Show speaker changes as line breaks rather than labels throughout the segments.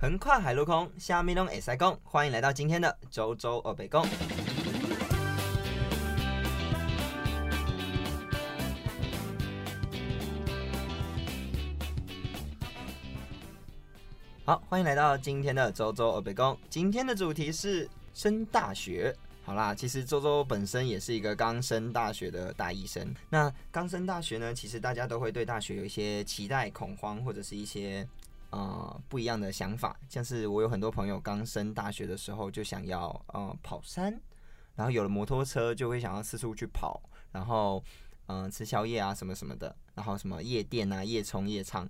横跨海陆空，虾米拢会塞共。欢迎来到今天的周周二北共。好，欢迎来到今天的周周二北共。今天的主题是升大学。好啦，其实周周本身也是一个刚升大学的大一生。那刚升大学呢，其实大家都会对大学有一些期待、恐慌，或者是一些呃不一样的想法。像是我有很多朋友刚升大学的时候就想要呃跑山，然后有了摩托车就会想要四处去跑，然后嗯、呃吃宵夜啊什么什么的，然后什么夜店啊、夜冲、夜唱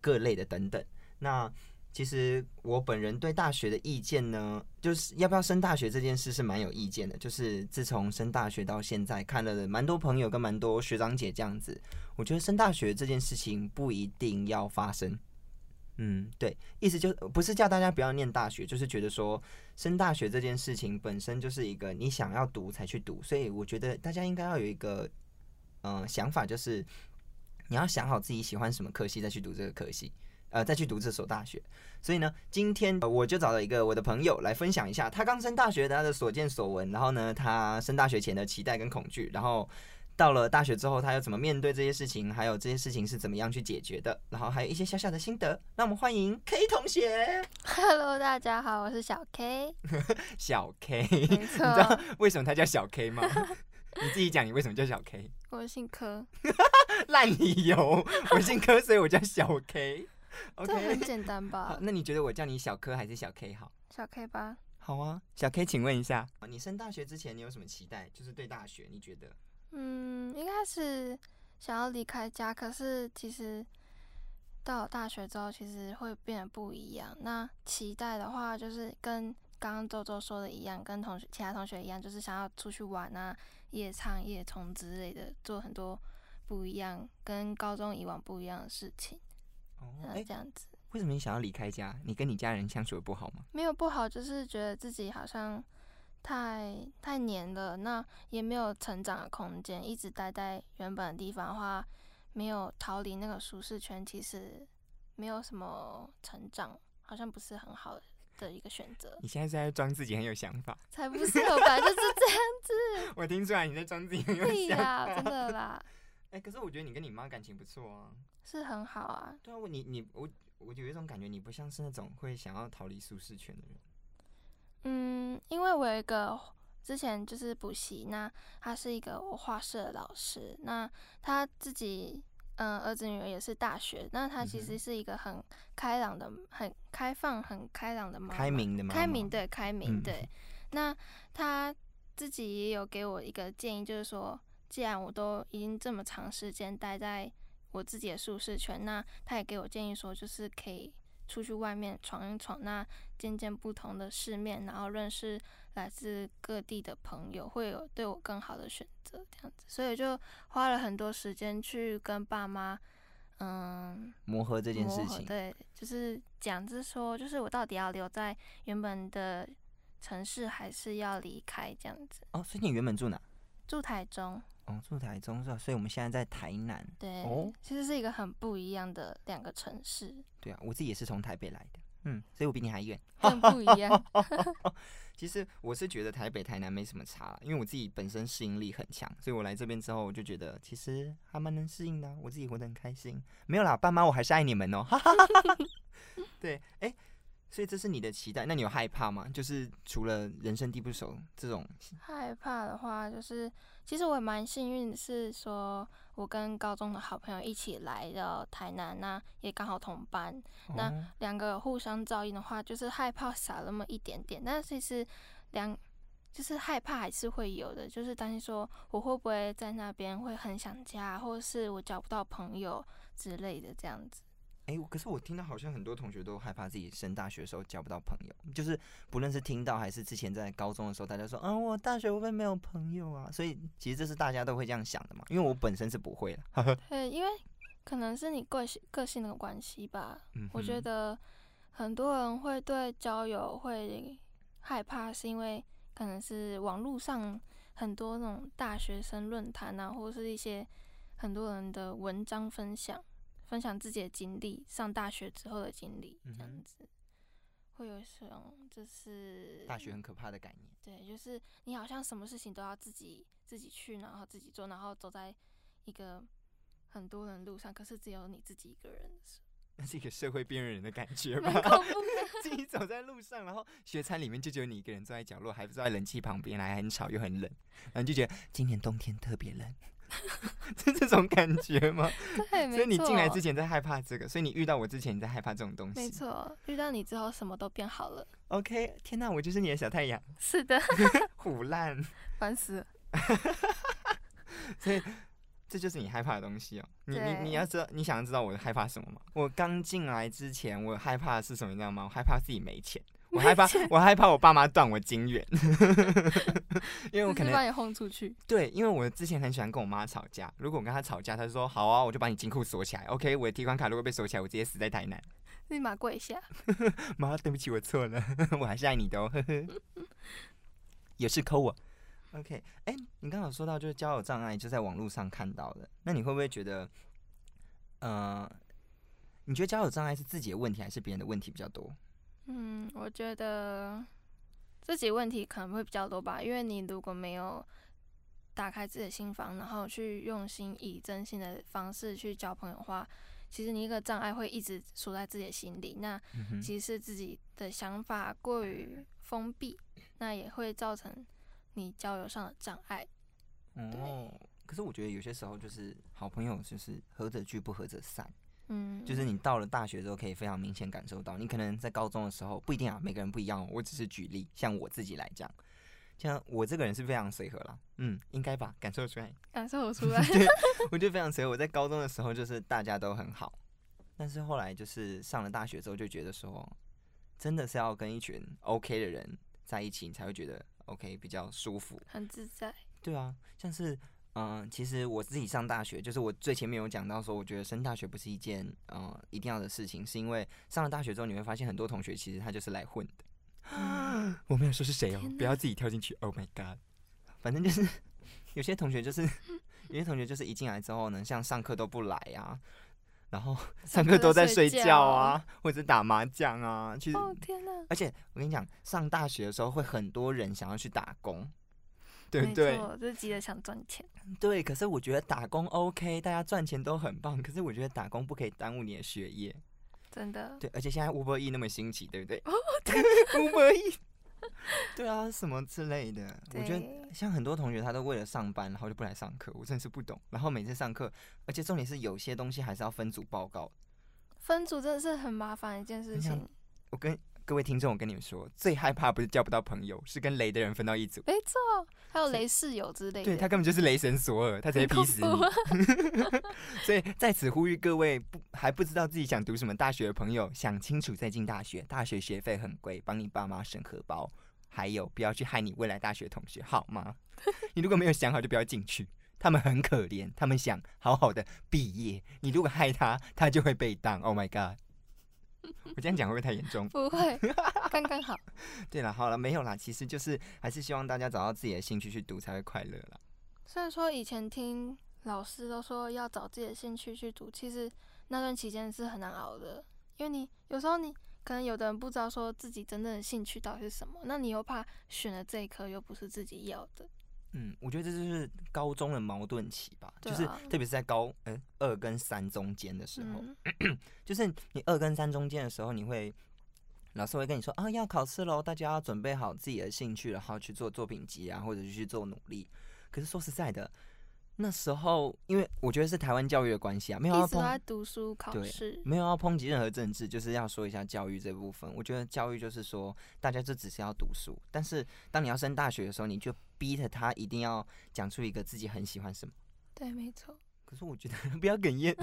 各类的等等。那其实我本人对大学的意见呢，就是要不要升大学这件事是蛮有意见的。就是自从升大学到现在，看了蛮多朋友跟蛮多学长姐这样子，我觉得升大学这件事情不一定要发生。嗯，对，意思就不是叫大家不要念大学，就是觉得说升大学这件事情本身就是一个你想要读才去读，所以我觉得大家应该要有一个呃想法，就是你要想好自己喜欢什么科系再去读这个科系，呃，再去读这所大学。所以呢，今天呃我就找了一个我的朋友来分享一下他刚升大学的他的所见所闻，然后呢，他升大学前的期待跟恐惧，然后到了大学之后他又怎么面对这些事情，还有这些事情是怎么样去解决的，然后还有一些小小的心得。那我们欢迎 K 同学，
Hello，大家好，我是小 K。
小 K，
没
你知道
错，
为什么他叫小 K 吗？你自己讲，你为什么叫小 K？
我姓柯，
烂理由，我姓柯，所以我叫小 K。
这
OK，
很简单
好
吧，？
那你觉得我叫你小柯还是小 K 好？
小 K 吧，
好啊，小 K，请问一下，你升大学之前你有什么期待？就是对大学，你觉得？
嗯，应该是想要离开家，可是其实到了大学之后，其实会变得不一样。那期待的话，就是跟刚刚周周说的一样，跟同学其他同学一样，就是想要出去玩啊，夜唱、夜冲之类的，做很多不一样，跟高中以往不一样的事情，
哦，
那
哎、
这样子。
为什么你想要离开家？你跟你家人相处的不好吗？
没有不好，就是觉得自己好像太太黏了，那也没有成长的空间，一直待在原本的地方的话，没有逃离那个舒适圈，其实没有什么成长，好像不是很好的一个选择。
你现在是在装自己很有想法，
才不是，我本来就是 这样
我听出来你在装自己很
子，对
有想法。
呀，真的啦，
哎、可是我觉得你跟你妈感情不错啊。
是很好啊。
对啊，我你你我我有一种感觉，你不像是那种会想要逃离舒适圈的人。
嗯，因为我有一个之前就是补习，那他是一个我画室的老师，那他自己嗯、呃儿子女儿也是大学，那他其
嗯哼
实是一个很开朗的、很开放、很开朗的妈妈，
开明的吗？
开明，对，开明
嗯
对。那他自己也有给我一个建议，就是说，既然我都已经这么长时间待在我自己的舒适圈，那他也给我建议说，就是可以出去外面闯一闯，那见见不同的世面，然后认识来自各地的朋友，会有对我更好的选择这样子。所以就花了很多时间去跟爸妈，嗯，
磨合这件
磨
事
合
情。
对，就是讲，就是说，就是我到底要留在原本的城市，还是要离开这样子？
哦，所以你原本住哪？
住台中，
哦，住台中是吧？所以我们现在在台南。
对，
哦
其实是一个很不一样的两个城 市，
对啊，我自己也是从台北来的。嗯，所以我比你还远。
更不一样。
其实我是觉得台北、台南没什么差啦，因为我自己本身适应力很强，所以我来这边之后，我就觉得其实还蛮能适应的啊、我自己活得很开心。没有啦，爸妈，我还是爱你们哦。哈 哈哈哈对，哎、所以这是你的期待，那你有害怕吗？就是除了人生地不熟这种，
害怕的话，就是其实我也蛮幸运，是说我跟高中的好朋友一起来到台南，那也刚好同班，那
哦
两个互相照应的话，就是害怕少那么一点点，但其实两就是害怕还是会有的，就是担心说我会不会在那边会很想家，或者是我交不到朋友之类的这样子。
哎、我可是我听到好像很多同学都害怕自己升大学的时候交不到朋友，就是不论是听到还是之前在高中的时候，大家说，嗯，我大学会不会没有朋友啊？所以其实这是大家都会这样想的嘛，因为我本身是不会啦。
对，因为可能是你个性个性的关系吧，
嗯哼
我觉得很多人会对交友会害怕，是因为可能是网络上很多那种大学生论坛啊，或是一些很多人的文章分享，分享自己的经历，上大学之后的经历
嗯哼
这样子。会有一种就是
大学很可怕的概念。
对，就是你好像什么事情都要自己自己去，然后自己做，然后走在一个很多人路上，可是只有你自己一个人的 时
那是一个社会边缘人的感觉
候，
吧
蛮？恐怖
自己走在路上，然后学餐里面就只有你一个人坐在角落，还不坐在冷气旁边，还很吵又很冷，然后你就觉得今年冬天特别冷， 是这种感觉吗？
的。对，没
所
错。
以你进来之前在害怕这个，所以你遇到我之前你在害怕这种东
没
西。
错，遇到你之后什么都变好了。
OK，天哪，我就是你的小太阳，
是的，
虎烂，
烦死了。
这就是你害怕的东西哦。你你
对
你要知道，你想要知道我害怕什么吗？我刚进来之前，我害怕的是什么，你知道吗？我害怕自己没 钱。我害怕，我害怕我爸妈断我金 元，因为我
就
可能
是把你轰出去。
对，因为我之前很喜欢跟我妈吵架，如果我跟她吵架，她就说好啊，我就把你金库锁起来。OK，我的提款卡如果被锁起来，我直接死在台南。
立马跪下。
妈，对不起，我错了， 我还是爱你的哦。呵 呵也是抠我。OK，哎、你刚好说到就是交友障碍，就在网络上看到的，那你会不会觉得，呃，你觉得交友障碍是自己的问题还是别人的问题比较多？
嗯，我觉得自己问题可能会比较多吧，因为你如果没有打开自己的心房，然后去用心以真心的方式去交朋友的话，其实你一个障碍会一直锁在自己的心里。那
嗯哼
其实是自己的想法过于封闭，那也会造成你交友上的障碍。
哦，可是我觉得有些时候就是好朋友就是合者聚不合者散。
嗯，
就是你到了大学之后，可以非常明显感受到，你可能在高中的时候不一定啊，每个人不一样、哦。我只是举例，像我自己来讲，像我这个人是非常随和啦，嗯，应该吧，感受出来，
感受得出来。
我就非常随和。我在高中的时候就是大家都很好，但是后来就是上了大学之后，就觉得说，真的是要跟一群 OK 的人在一起，你才会觉得 OK 比较舒服。
很自在，
对啊，像是嗯、呃其实我自己上大学，就是我最前面有讲到说，我觉得升大学不是一件呃一定要的事情，是因为上了大学之后，你会发现很多同学其实他就是来混的。 我没有说是谁哦
天，
不要自己跳进去。Oh my god！反正就是有些同学就是有些同学就是一进来之后呢，像上课都不来啊，然后上课都在睡觉啊，或者打麻将啊，去。
哦天哪，
而且我跟你讲，上大学的时候会很多人想要去打工， 对不
没
对？
错，就是急着想赚钱。
对，可是我觉得打工 OK，大家赚钱都很棒。可是我觉得打工不可以耽误你的学业。
真的，
对，而且现在 Uber E 那么兴起，对不对 ？Uber E，对啊，什么之类的。我觉得
对
像很多同学，他都为了上班，然后就不来上课，我真的是不懂。然后每次上课，而且重点是有些东西还是要分组报告。
分组真的是很麻烦一件事
很想
情。
我跟各位听众，我跟你们说，最害怕不是交不到朋友，是跟雷的人分到一组。
没错，还有
是
雷室友之类的。
对他根本就是雷神索尔，他直接
很
劈
恐
死
怖啊
你。 所以在此呼吁各位不还不知道自己想读什么大学的朋友，想清楚再进大学。大学学费很贵，帮你爸妈省荷包。还有，不要去害你未来大学同学，好吗？ 你如果没有想好，就不要进去。他们很可怜，他们想好好的毕业。你如果害他，他就会被当。Oh my god！我这样讲会不会太严重？
不 会，刚刚好。
对了，好了，没有啦，其实就是还是希望大家找到自己的兴趣去读才会快乐啦。
虽然说以前听老师都说要找自己的兴趣去读，其实那段期间是很难熬的，因为你有时候你可能有的人不知道说自己真正的兴趣到底是什么，那你又怕选了这一科又不是自己要的，
嗯，我觉得这就是高中的矛盾期吧，
对
就是
啊
特别是在高嗯二跟三中间的时候，
嗯，
就是你二跟三中间的时候，你会老师会跟你说啊要考试喽，大家要准备好自己的兴趣，然后去做作品集啊，或者是去做努力。可是说实在的，那时候因为我觉得是台湾教育的关系啊，没有
一
要
直都
抨
在读书考
对嗯
试，
没有要抨击任何政治，就是要说一下教育这部分。我觉得教育就是说，大家就只是要读书，但是当你要升大学的时候，你就逼着他一定要讲出一个自己很喜欢什么。
对，没错，
可是我觉得 不要哽咽。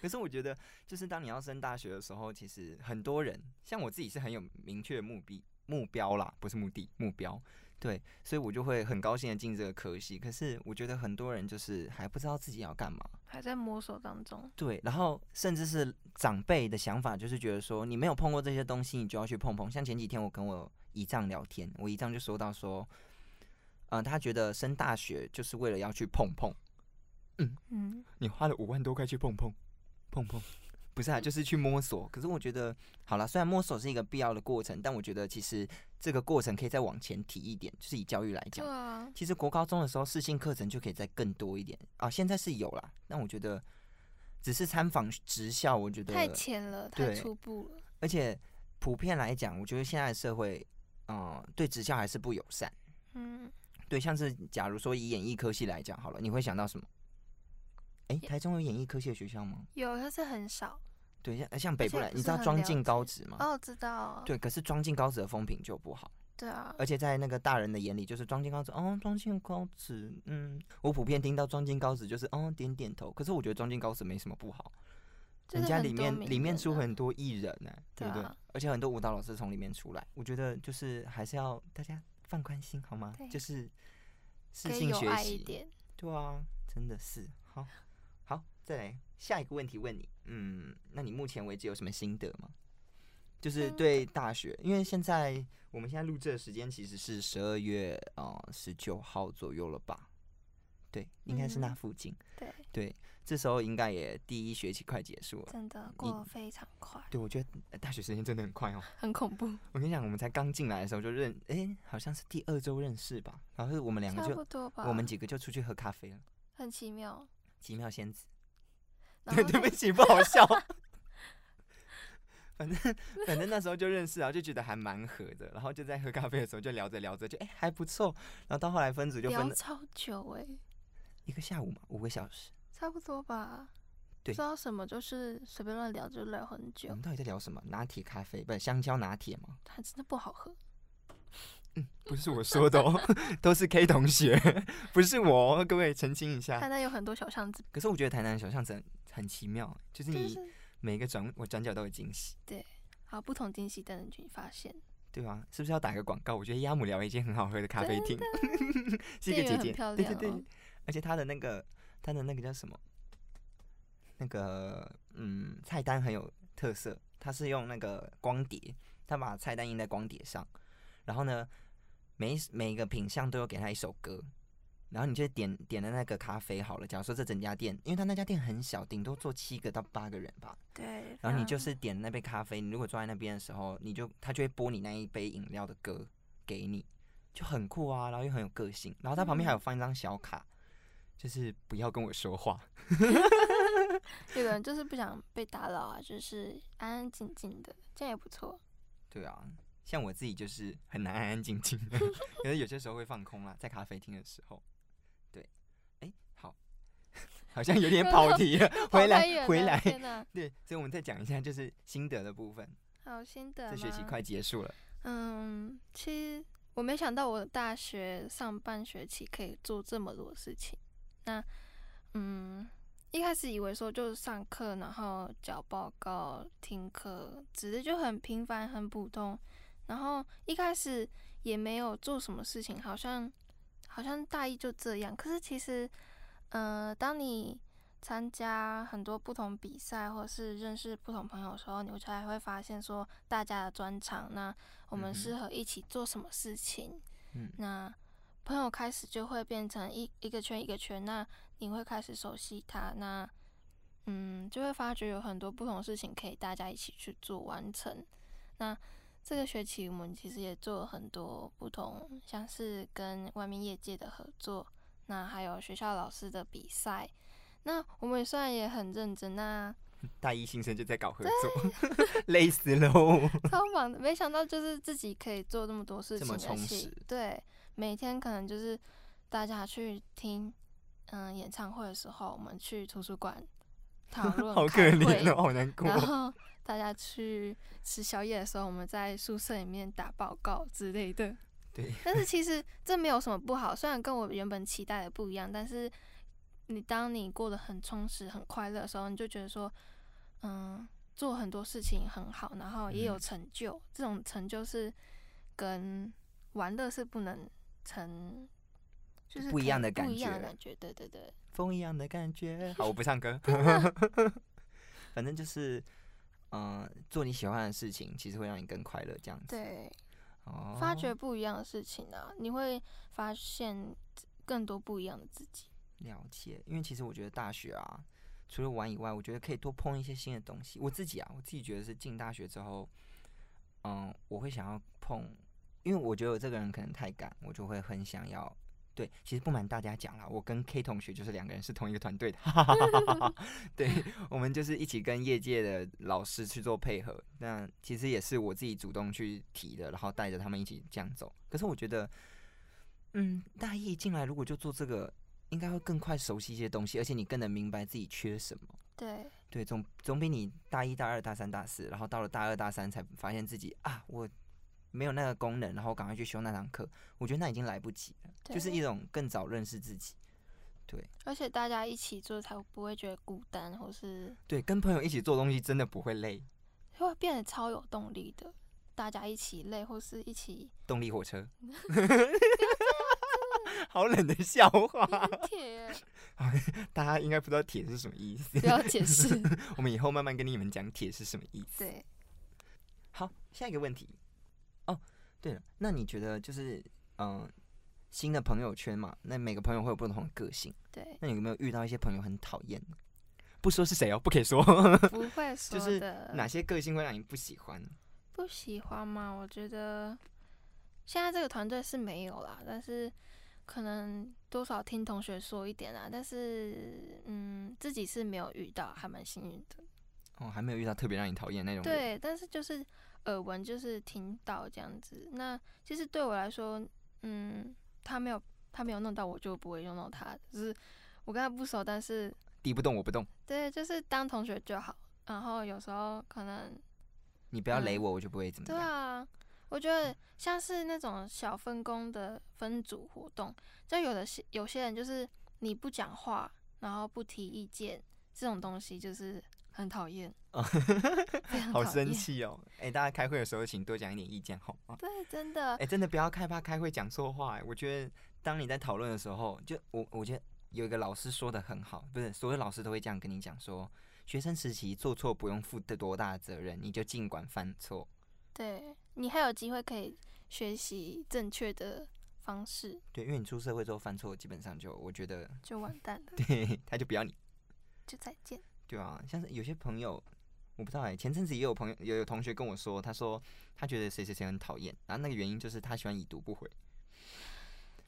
可是我觉得，就是当你要升大学的时候，其实很多人，像我自己是很有明确的目的目标啦，不是目的目标。对，所以我就会很高兴的进这个科系。可是我觉得很多人就是还不知道自己要干嘛，
还在摸索当中，
对，然后甚至是长辈的想法，就是觉得说你没有碰过这些东西，你就要去碰碰。像前几天我跟我姨丈聊天，我姨丈就说到说，呃，他觉得升大学就是为了要去碰碰，
嗯，
你花了五万多块去碰碰碰碰，不是啊，就是去摸索。可是我觉得，好了，虽然摸索是一个必要的过程，但我觉得其实这个过程可以再往前提一点，就是以教育来
对
讲，
啊，
其实国高中的时候，视性课程就可以再更多一点啊。现在是有啦，但我觉得只是参访职校，我觉得
太浅了，太
对
初步了，
而且普遍来讲，我觉得现在的社会，嗯、对职校还是不友善。
嗯，
对，像是假如说以演艺科系来讲好了，你会想到什么？哎、台中有演艺科系的学校吗？
有但是很少。
对，像像北部
而且
来，
不
你知
是
道
很
庄
了
敬
解
高职吗？
哦，知道，
啊对，可是庄敬高职的风评就不好，
对啊，
而且在那个大人的眼里，就是庄敬高职，哦，庄敬高职，嗯，我普遍听到庄敬高职就是哦点点头，可是我觉得庄敬高职没什么不好，
就
人
是
家
很
里
多
面
名
里面
人
出
啊
很多艺人呢、对不
对
对
啊？
而且很多舞蹈老师从里面出来，我觉得就是还是要大家放宽心好吗
对？
就是适
可以
性
有
学
爱
习，
一点，
对啊，真的是好，好，再来下一个问题问你，嗯，那你目前为止有什么心得吗？就是
心
对大学，因为现在我们现在录制的时间其实是十二月呃十九号左右了吧？对，应该是那
嗯
附近。
对，
对，这时候应该也第一学期快结束了。
真的过得非常快，
对，我觉得呃大学时间真的很快哦。
很恐怖，
我跟你讲，我们才刚进来的时候就认，哎、好像是第二周认识吧，然后我们两个
差不
就，
多吧，
我们几个就出去喝咖啡了。
很 奇妙。
奇妙仙子，
然
对，
后
对
再
不起，不好笑。反正反正那时候就认识啊，就觉得还蛮合的。然后就在喝咖啡的时候就聊着聊着就哎、还不错。然后到后来分组就分
聊
了
超久哎、
一个下午嘛，五个小时。
差不多吧。
对嗯
不知道什么就是随便乱聊，就聊很久
我，们到底在聊什么？拿铁咖啡不是香蕉拿铁吗？
还真的不好
啊
喝。
不是我说的 哦，都是 K 同学，不是我、哦，各位澄清一
台
下。
南有很多小巷子，
可是我觉得台南小巷子很很奇妙，就是
就
你
是
每一个转我转角都有惊喜，
好不同惊喜等着去发现。
对吧？是不是要打个广告？我觉得鸭母寮有一间很好喝的咖啡厅， 是一个
店员
姐
很
姐，
漂
对
亮、
对
哦，
对，而且它的那个它的那个叫什么？那个嗯，菜单很有特色，它是用那个光碟，它把菜单印在光碟上，然后呢，每一每一个品相都有给它一首歌。然后你就点点了那个咖啡好了。假如说这整家店，因为它那家店很小，顶多坐七个到八个人吧，
对啊
然后你
非
就
常
是点那杯咖啡，你如果坐在那边的时候，你就他就会播你那一杯饮料的歌给你，就很酷啊，然后又很有个性。然后他旁
嗯
边还有放一张小卡，就是不要跟我说话。
有人就是不想被打扰啊，就是安安静静的，这样也不错。
对啊，像我自己就是很难安安静静， 可是有些时候会放空啦，在咖啡厅的时候。对，哎、好， 好像有点跑题 了， 回
跑太远
来
了
回来。
啊天哪，
对，所以我们再讲一下就是心得的部分。
好心得
这学期
吗
快结束了，
嗯，其实我没想到我大学上半学期可以做这么多事情。那，嗯，一开始以为说就是上课，然后交报告、听课，只是就很平凡、很普通。然后一开始也没有做什么事情，好像好像大一就这样。可是其实，呃，当你参加很多不同比赛，或是认识不同朋友的时候，你才会发现说大家的专长，那
嗯
我们
哼
适合一起做什么事情。
嗯
那朋友开始就会变成一一个圈一个圈，那你会开始熟悉他，那嗯，就会发觉有很多不同的事情可以大家一起去做完成。那这个学期我们其实也做了很多不同，像是跟外面业界的合作，那还有学校老师的比赛。那我们虽然也很认真，那
大一新生就在搞合作， 累死喽。
超忙的，没想到就是自己可以做这么多事
这
情，
么充
而且
实
对，每天可能就是大家去听嗯、演唱会的时候，我们去图书馆讨论，
好可怜哦，。好难过。
嗯 然后大家去吃宵夜的时候，我们在宿舍里面打报告之类的。
对，
但是其实这没有什么不好，虽然跟我原本期待的不一样，但是你当你过得很充实、很快乐的时候，你就觉得说，嗯，做很多事情很好，然后也有
嗯
成就，这种成就是跟玩乐是不能成，就是
不一
可以
样的感
不一样的
觉
感觉，对对对，
风一样的感 觉。好，我不唱歌。反正就是，嗯、做你喜欢的事情，其实会让你更快乐，这样子。
对，
哦，
发掘不一样的事情啊，你会发现更多不一样的自己。
了解，因为其实我觉得大学啊，除了玩以外，我觉得可以多碰一些新的东西。我自己啊，我自己觉得是进大学之后，嗯，我会想要碰，因为我觉得我这个人可能太赶，我就会很想要。对，其实不瞒大家讲啦，我跟 K 同学就是两个人是同一个团队的， 哈哈哈哈哈。对，我们就是一起跟业界的老师去做配合。那其实也是我自己主动去提的，然后带着他们一起这样走。可是我觉得，嗯，大一进来如果就做这个，应该会更快熟悉一些东西，而且你更能明白自己缺什么。
对，
对，总总比你大一、大二、大三、大四，然后到了大二、大三才发现自己啊，我没有那个功能，然后赶快去修那堂课，我觉得那已经来不及了，
对
就是一种更早认识自己。
而且大家一起做才不会觉得孤单，或是
对，跟朋友一起做东西真的不会累，
会变得超有动力的。大家一起累，或是一 起
动力火车。好冷的笑话，
铁，
大家应该不知道铁是什么意思。
不要解 释。
我们以后慢慢跟你们讲铁是什么意思。
对，
好，下一个问题。哦，对了，那你觉得就是嗯、呃新的朋友圈嘛，那每个朋友会有不同的个性，
对，
那你有没有遇到一些朋友很讨厌的？不说是谁哦，不可以说
不会说
是
的。
哪些个性会让你不喜欢。
不喜欢吗？我觉得现在这个团队是没有啦，但是可能多少听同学说一点啦。啊但是，嗯，自己是没有遇到，还蛮幸运的。
哦，还没有遇到特别让你讨厌那种人。
对，但是就是耳闻，就是听到这样子。那其实对我来说，嗯，他没有他没有弄到我，就不会用到他。就是我跟他不熟，但是
敌不动我不动，
对，就是当同学就好。然后有时候可能
嗯你不要雷
嗯
我，我就不会怎么
对
样。
啊，我觉
嗯
得像是那种小分工的分组活动，就有的些有些人就是你不讲话，然后不提意见，这种东西就是很讨厌，
哦
非常
好
讨
生
厌。
气哦！哎、大家开会的时候请多讲一点意见好吗？
对，真的
哎、，真的不要害怕开会讲错话、哎我觉得当你在讨论的时候，就我我觉得有一个老师说的很好，不是所有老师都会这样跟你讲说，学生时期做错不用负多大的责任，你就尽管犯错。
对你还有机会可以学习正确的方式，
对，因为你出社会之后犯错，基本上就我觉得
就完蛋了，
对他就不要你，
就再见。
对啊，像是有些朋友，我不知道哎、前阵子也有朋友也有同学跟我说，他说他觉得谁谁谁很讨厌，然后那个原因就是他喜欢已读不回。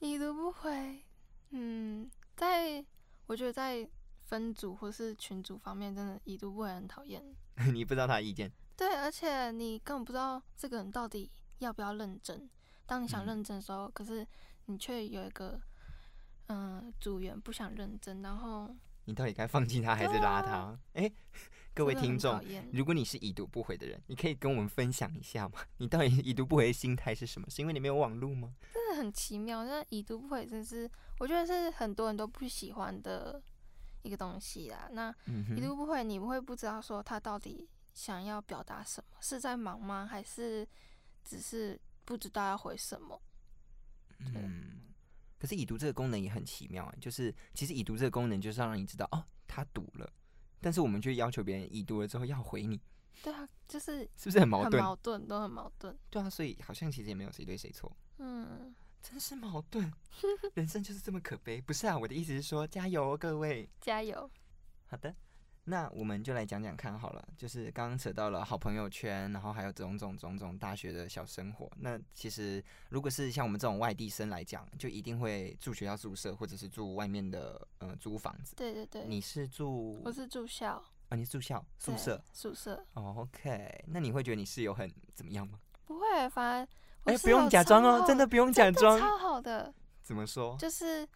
已读不回，嗯，在我觉得在分组或是群组方面，真的已读不回很讨厌。
你不知道他的意见，
对，而且你根本不知道这个人到底要不要认真。当你想
嗯
认真的时候，可是你却有一个嗯、组员不想认真，然后
你到底该放弃他还是
对
拉
啊
他？哎、各位
真的
听
很
众
讨，厌
如果你是已读不回的人，你可以跟我们分享一下吗？ 你到底已读不回的心态是什么？是因为你没有网络吗？
真的很奇妙。那已读不回真是，我觉得是很多人都不喜欢的一个东西啦。那
嗯
一
哼，
度不会，你会不知道说他到底想要表达什么，是在忙吗？还是只是不知道要回什么？
嗯。可是已读这个功能也很奇妙、欸，就是其实已读这个功能就是要让你知道哦，他读了，但是我们却要求别人已读了之后要回你，
对啊，就是
是不是很矛
很
盾？
矛啊盾，都很矛盾。
对啊，所以好像其实也没有谁对谁错，
嗯，
真是矛盾，人生就是这么可悲。不是啊，我的意思是说，加油哦，各位。
加油。
好的，那我们就来讲讲看好了，就是刚刚扯到了好朋友圈，然后还有种种种种大学的小生活。那其实如果是像我们这种外地生来讲，就一定会住学校宿舍，或者是住外面的呃租房子。
对对对，
你是住
我是住校
哦，你是住校宿
对
舍
宿舍
哦？OK，那你会觉得你室友很怎么样吗？
不会，反而我
哎，
室
不用
友
假
超
装哦，
好
真的不用假
真的
装。
超好的。
怎么说？
就是，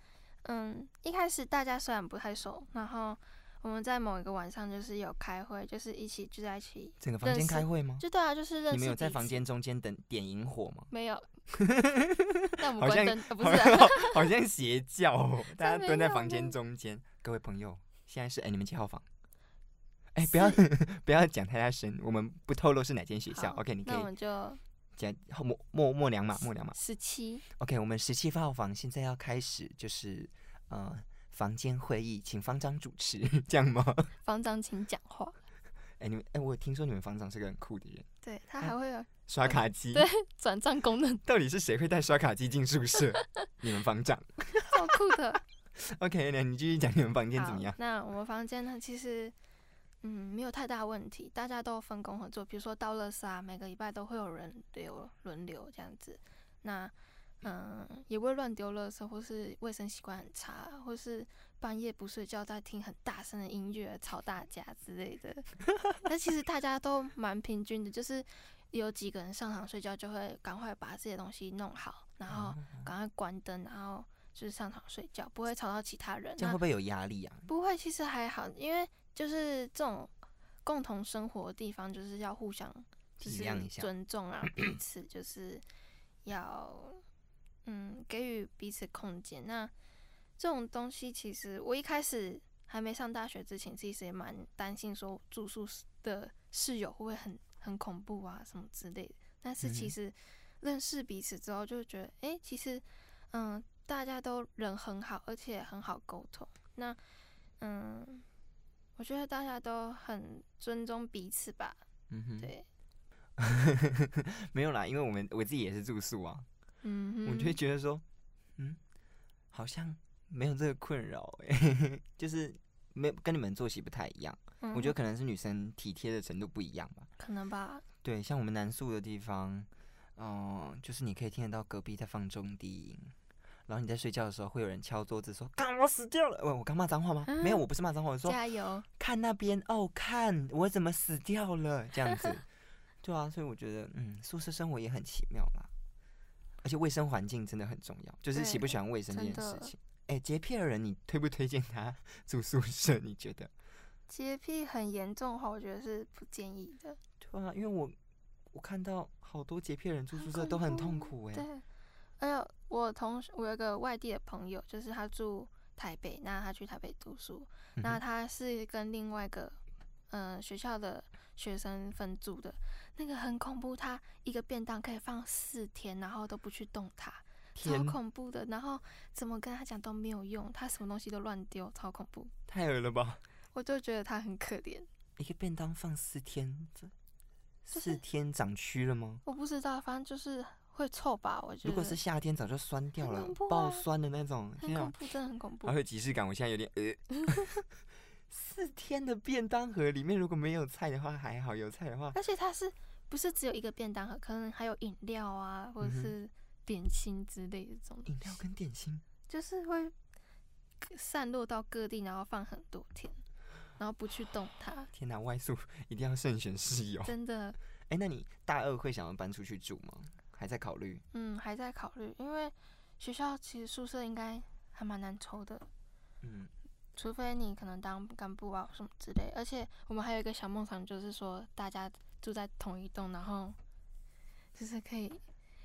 嗯，一开始大家虽然不太熟，然后我们在某一个晚上就是有开会，就是一起聚在一起，
整个房
认
间
识
开会吗？
就对啊，就是认识
你们有在
彼
房
此
间中间等点萤火吗？
没有。那我们
好像
关灯、呃不
好
是 啊、
像好像邪教、 哦，大家
没
蹲在
有
房
没
间
有
中间。各位朋友，现在是哎、你们几号房？哎、不要 不要讲太大声，我们不透露是哪间学校。
好
OK，你可
那我
以
们就
讲后末末末两码末两码。
十七，
OK，我们十七号房现在要开始，就是呃房间会议，请方丈主持，这样吗？
方丈请讲话。
哎、你们哎、我听说你们房长是个很酷的人，
对他
哎
还会有
刷卡机。
对嗯转账功能，
到底是谁会带刷卡机进宿舍？你们房长。
超酷的。
OK，那你继续讲你们房间怎么样
好？那我们房间呢，其实嗯没有太大问题，大家都分工合作。比如说倒垃圾啊，每个礼拜都会有人流轮流这样子。那嗯也不会乱丢垃圾，或是卫生习惯很差，或是半夜不睡觉在听很大声的音乐吵大家之类的。 那其实大家都蛮平均的，就是有几个人上床睡觉就会赶快把自己的东西弄好，然
哦
后赶快关灯，然后就是上床睡觉，不会吵到其他人。
这样
那
会不会有压力啊？
不会，其实还好，因为就是这种共同生活的地方，就是要互相
体
就是
谅一下
尊重 啊，彼此就是要嗯给予彼此空间。那这种东西，其实我一开始还没上大学之前，其实也蛮担心说住宿室的室友会不会很很恐怖啊什么之类的。但是
嗯
其
哼
实认识彼此之后，就觉得诶，其实嗯，大家都人很好，而且很好沟通。那嗯，我觉得大家都很尊重彼此吧。
嗯哼，
对，
没有啦，因为我们我自己也是住宿啊，
嗯哼，
我就会觉得说，嗯，好像没有这个困扰、欸， 就是没有跟你们作息不太一样。
嗯
我觉得可能是女生体贴的程度不一样吧。
可能吧。
对，像我们南宿的地方，嗯、就是你可以听得到隔壁在放中低音，然后你在睡觉的时候会有人敲桌子说：“干，我死掉了！”喂，我刚骂脏话吗？没有，
啊
我不是骂脏话，我说
加油，
看那边哦，看我怎么死掉了这样子。 对啊，所以我觉得，嗯，宿舍生活也很奇妙啦，而且卫生环境真的很重要，就是喜不喜欢卫生这件
真
事
的
情。哎，洁癖的人，你推不推荐他住宿舍？你觉得？
洁癖很严重的话，我觉得是不建议的。
对啊，因为我我看到好多洁癖的人住
很
宿舍都很痛
恐
苦哎、
对，还有我同学，我有一个外地的朋友，就是他住台北，那他去台北读书，
嗯
那
哼
他是跟另外一个呃学校的学生分住的，那个很恐怖，他一个便当可以放四天，然后都不去动它，超
天
恐怖的。然后怎么跟他讲都没有用，他什么东西都乱丢，超恐怖。
太恶了吧！
我就觉得他很可怜，
一个便当放四天，这
就
四
是
天长蛆了吗？
我不知道，反正就是会臭吧，我觉得。
如果是夏天，早就酸掉
很
了
恐，怖
爆
啊
酸的那种。
很
天啊
恐！怖，真的很恐怖
好。有即视感，我现在有点呃。 四天的便当盒里面如果没有菜的话还好，有菜的话，
而且它是不是只有一个便当盒？可能还有饮料啊，或者
嗯哼
是点心之类的这种东
饮
西，
料跟点心，
就是会散落到各地，然后放很多天，然后不去动它，
天哪，外宿一定要慎选室友。
真的，
哎、那你大二会想要搬出去住吗？还在考虑？
嗯，还在考虑，因为学校其实宿舍应该还蛮难抽的，
嗯，
除非你可能当干部啊什么之类。而且我们还有一个小梦想，就是说大家住在同一栋，然后就是可以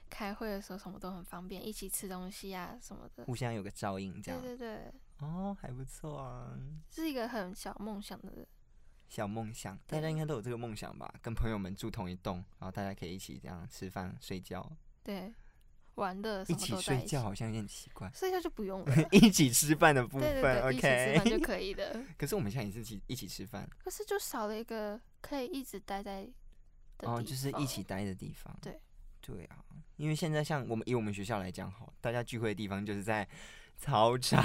开会的时候什么都很方便，一起吃东西啊什么的。
互相有个照应这
对
样。
对对，
哦，还不错啊，
是一个很小梦想的。
小梦想，大家
对
应该都有这个梦想吧？跟朋友们住同一栋，然后大家可以一起这样吃饭、睡觉，
对，玩的什
一
么
起
都在
睡
一起
觉，好像有点奇 怪。。
睡觉就不用了
一起吃饭的部
对对
分
对，一起吃饭
，OK。
就可以了。
可是我们现在也是一起一起吃饭，
可是就少了一个可以一直待在的
哦，
地
就是一
方
起待的地方。
对，
对啊，因为现在像我们以我们学校来讲，好，大家聚会的地方就是在操场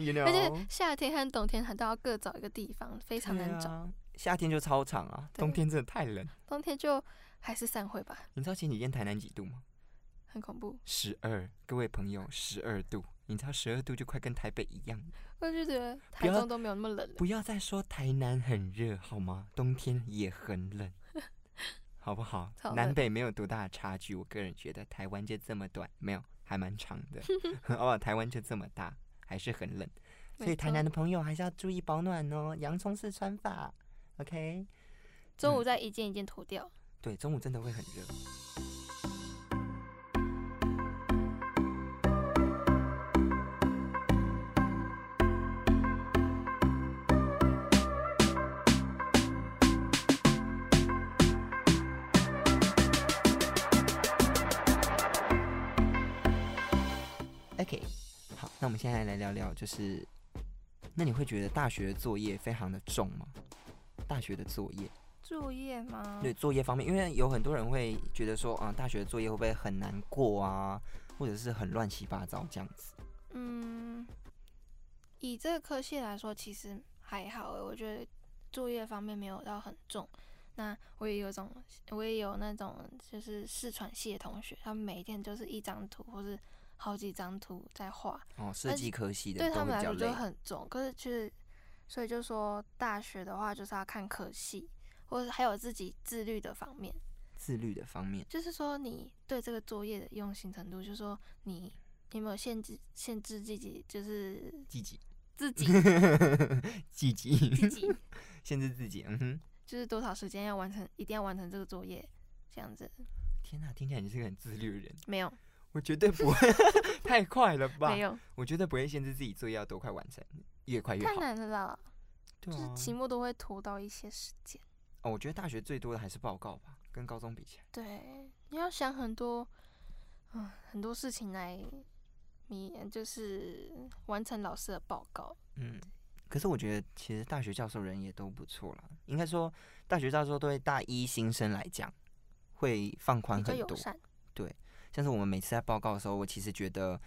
，you
而
know，
且夏天和冬天还都要各找一个地方，非常
对
难找。
啊，夏天就操场啊，
对
冬天真的太冷。
冬天就还是散会吧，
你知道前几天台南几度吗？
很恐怖。
十二，各位朋友，十二度。你知道十二度就快跟台北一样，
我就觉得台
要
中都没有那么冷了。
不要再说台南很热好吗？冬天也很 冷，好不好
超？冷
南北没有多大的差距，我个人觉得台湾就这么短，没有，还蛮长的。 哦，台湾就这么大，还是很冷，所
没
以台南
错
的朋友还是要注意保暖哦，洋葱式穿法。OK，嗯
中午再一件一件脱掉。
对，中午真的会很热。OK，好，那我们现在来聊聊，就是那你会觉得大学的作业非常的重吗？大学的作业。
作业吗？
对作业方面，因为有很多人会觉得说，啊、大学的作业会不会很难过啊，或者是很乱七八糟这样子？
嗯，以这个科系来说，其实还好欸诶，我觉得作业方面没有到很重。那我也有种，我也有那种就是视传系的同学，他们每一天就是一张图或是好几张图在画，
哦，设计科系的
对
都
他
会比
们来
较
说
累
就。很重。可是其实，所以就说大学的话就是要看科系，或者还有自己自律的方面，
自律的方面，
就是说你对这个作业的用心程度，就是说你你有没有限制限制自己，就是
自己，
自己
自 己，
自己
限制自己。嗯哼，
就是多少时间要完成，一定要完成这个作业，这样子
天哪，听起来你是个很自律的人。
没有
我绝对不会， 太快了吧
没？有
我绝对不会限制自己作业要多快完成，越快越
太
好。
难了啦，
对
就是
啊，
期末都会拖到一些时间。
哦，我觉得大学最多的还是报告吧，跟高中比起来。
对，你要想很多，嗯，很多事情来，你就是完成老师的报告。
嗯，可是我觉得其实大学教授人也都不错啦。应该说，大学教授对大一新生来讲会放宽
比较
很
友
多。
善，嗯
像是我们每次在报告的时候，我其实觉得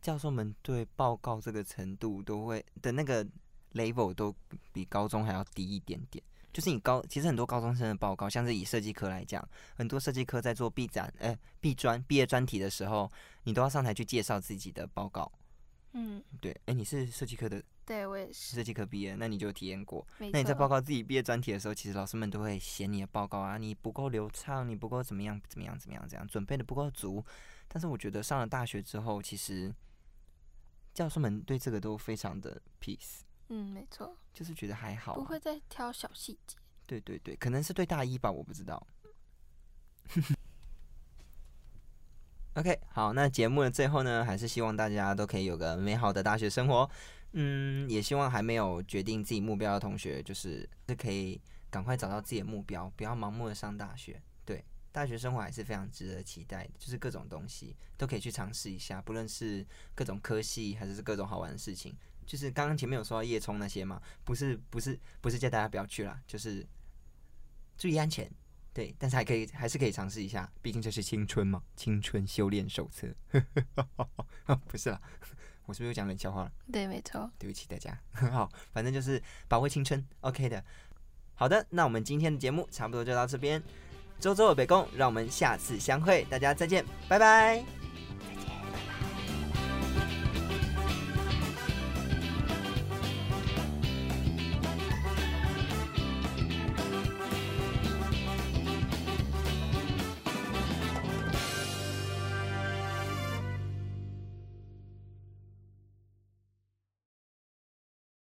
教授们对报告这个程度都会的那个 level 都比高中还要低一点点。就是你高，其实很多高中生的报告，像是以设计科来讲，很多设计科在做毕展、呃毕专、毕业专题的时候，你都要上台去介绍自己的报告。
嗯，
对，哎，你是设计科的
对我也是，
设计科毕业，那你就体验过。
没
那你在报
错，
告自己毕业专题的时候，其实老师们都会嫌你的报告啊，你不够流畅，你不够怎么样怎么样怎么样怎样，准备的不够足。但是我觉得上了大学之后，其实教授们对这个都非常的 peace，
嗯，没错，
就是觉得还好、啊
不会。再挑小细节。
对对对，可能是对大一吧，我不知道。OK，好，那节目的最后呢，还是希望大家都可以有个美好的大学生活。嗯，也希望还没有决定自己目标的同学，就是是可以赶快找到自己的目标，不要盲目的上大学。对，大学生活还是非常值得期待的，就是各种东西都可以去尝试一下，不论是各种科系还是各种好玩的事情。就是刚刚前面有说到夜冲那些嘛，不是不是不是叫大家不要去啦，就是注意安全。对，但是还可以，还是可以尝试一下，毕竟这是青春嘛，青春修炼手册。 不是啦， 我是不是又讲冷笑话了？
对，没错，
对不起大家。 好，反正就是把握青春，OK 的。好的，那我们今天的节目差不多就到这边。周周有北宫，让我们下次相会，大家再见，拜拜。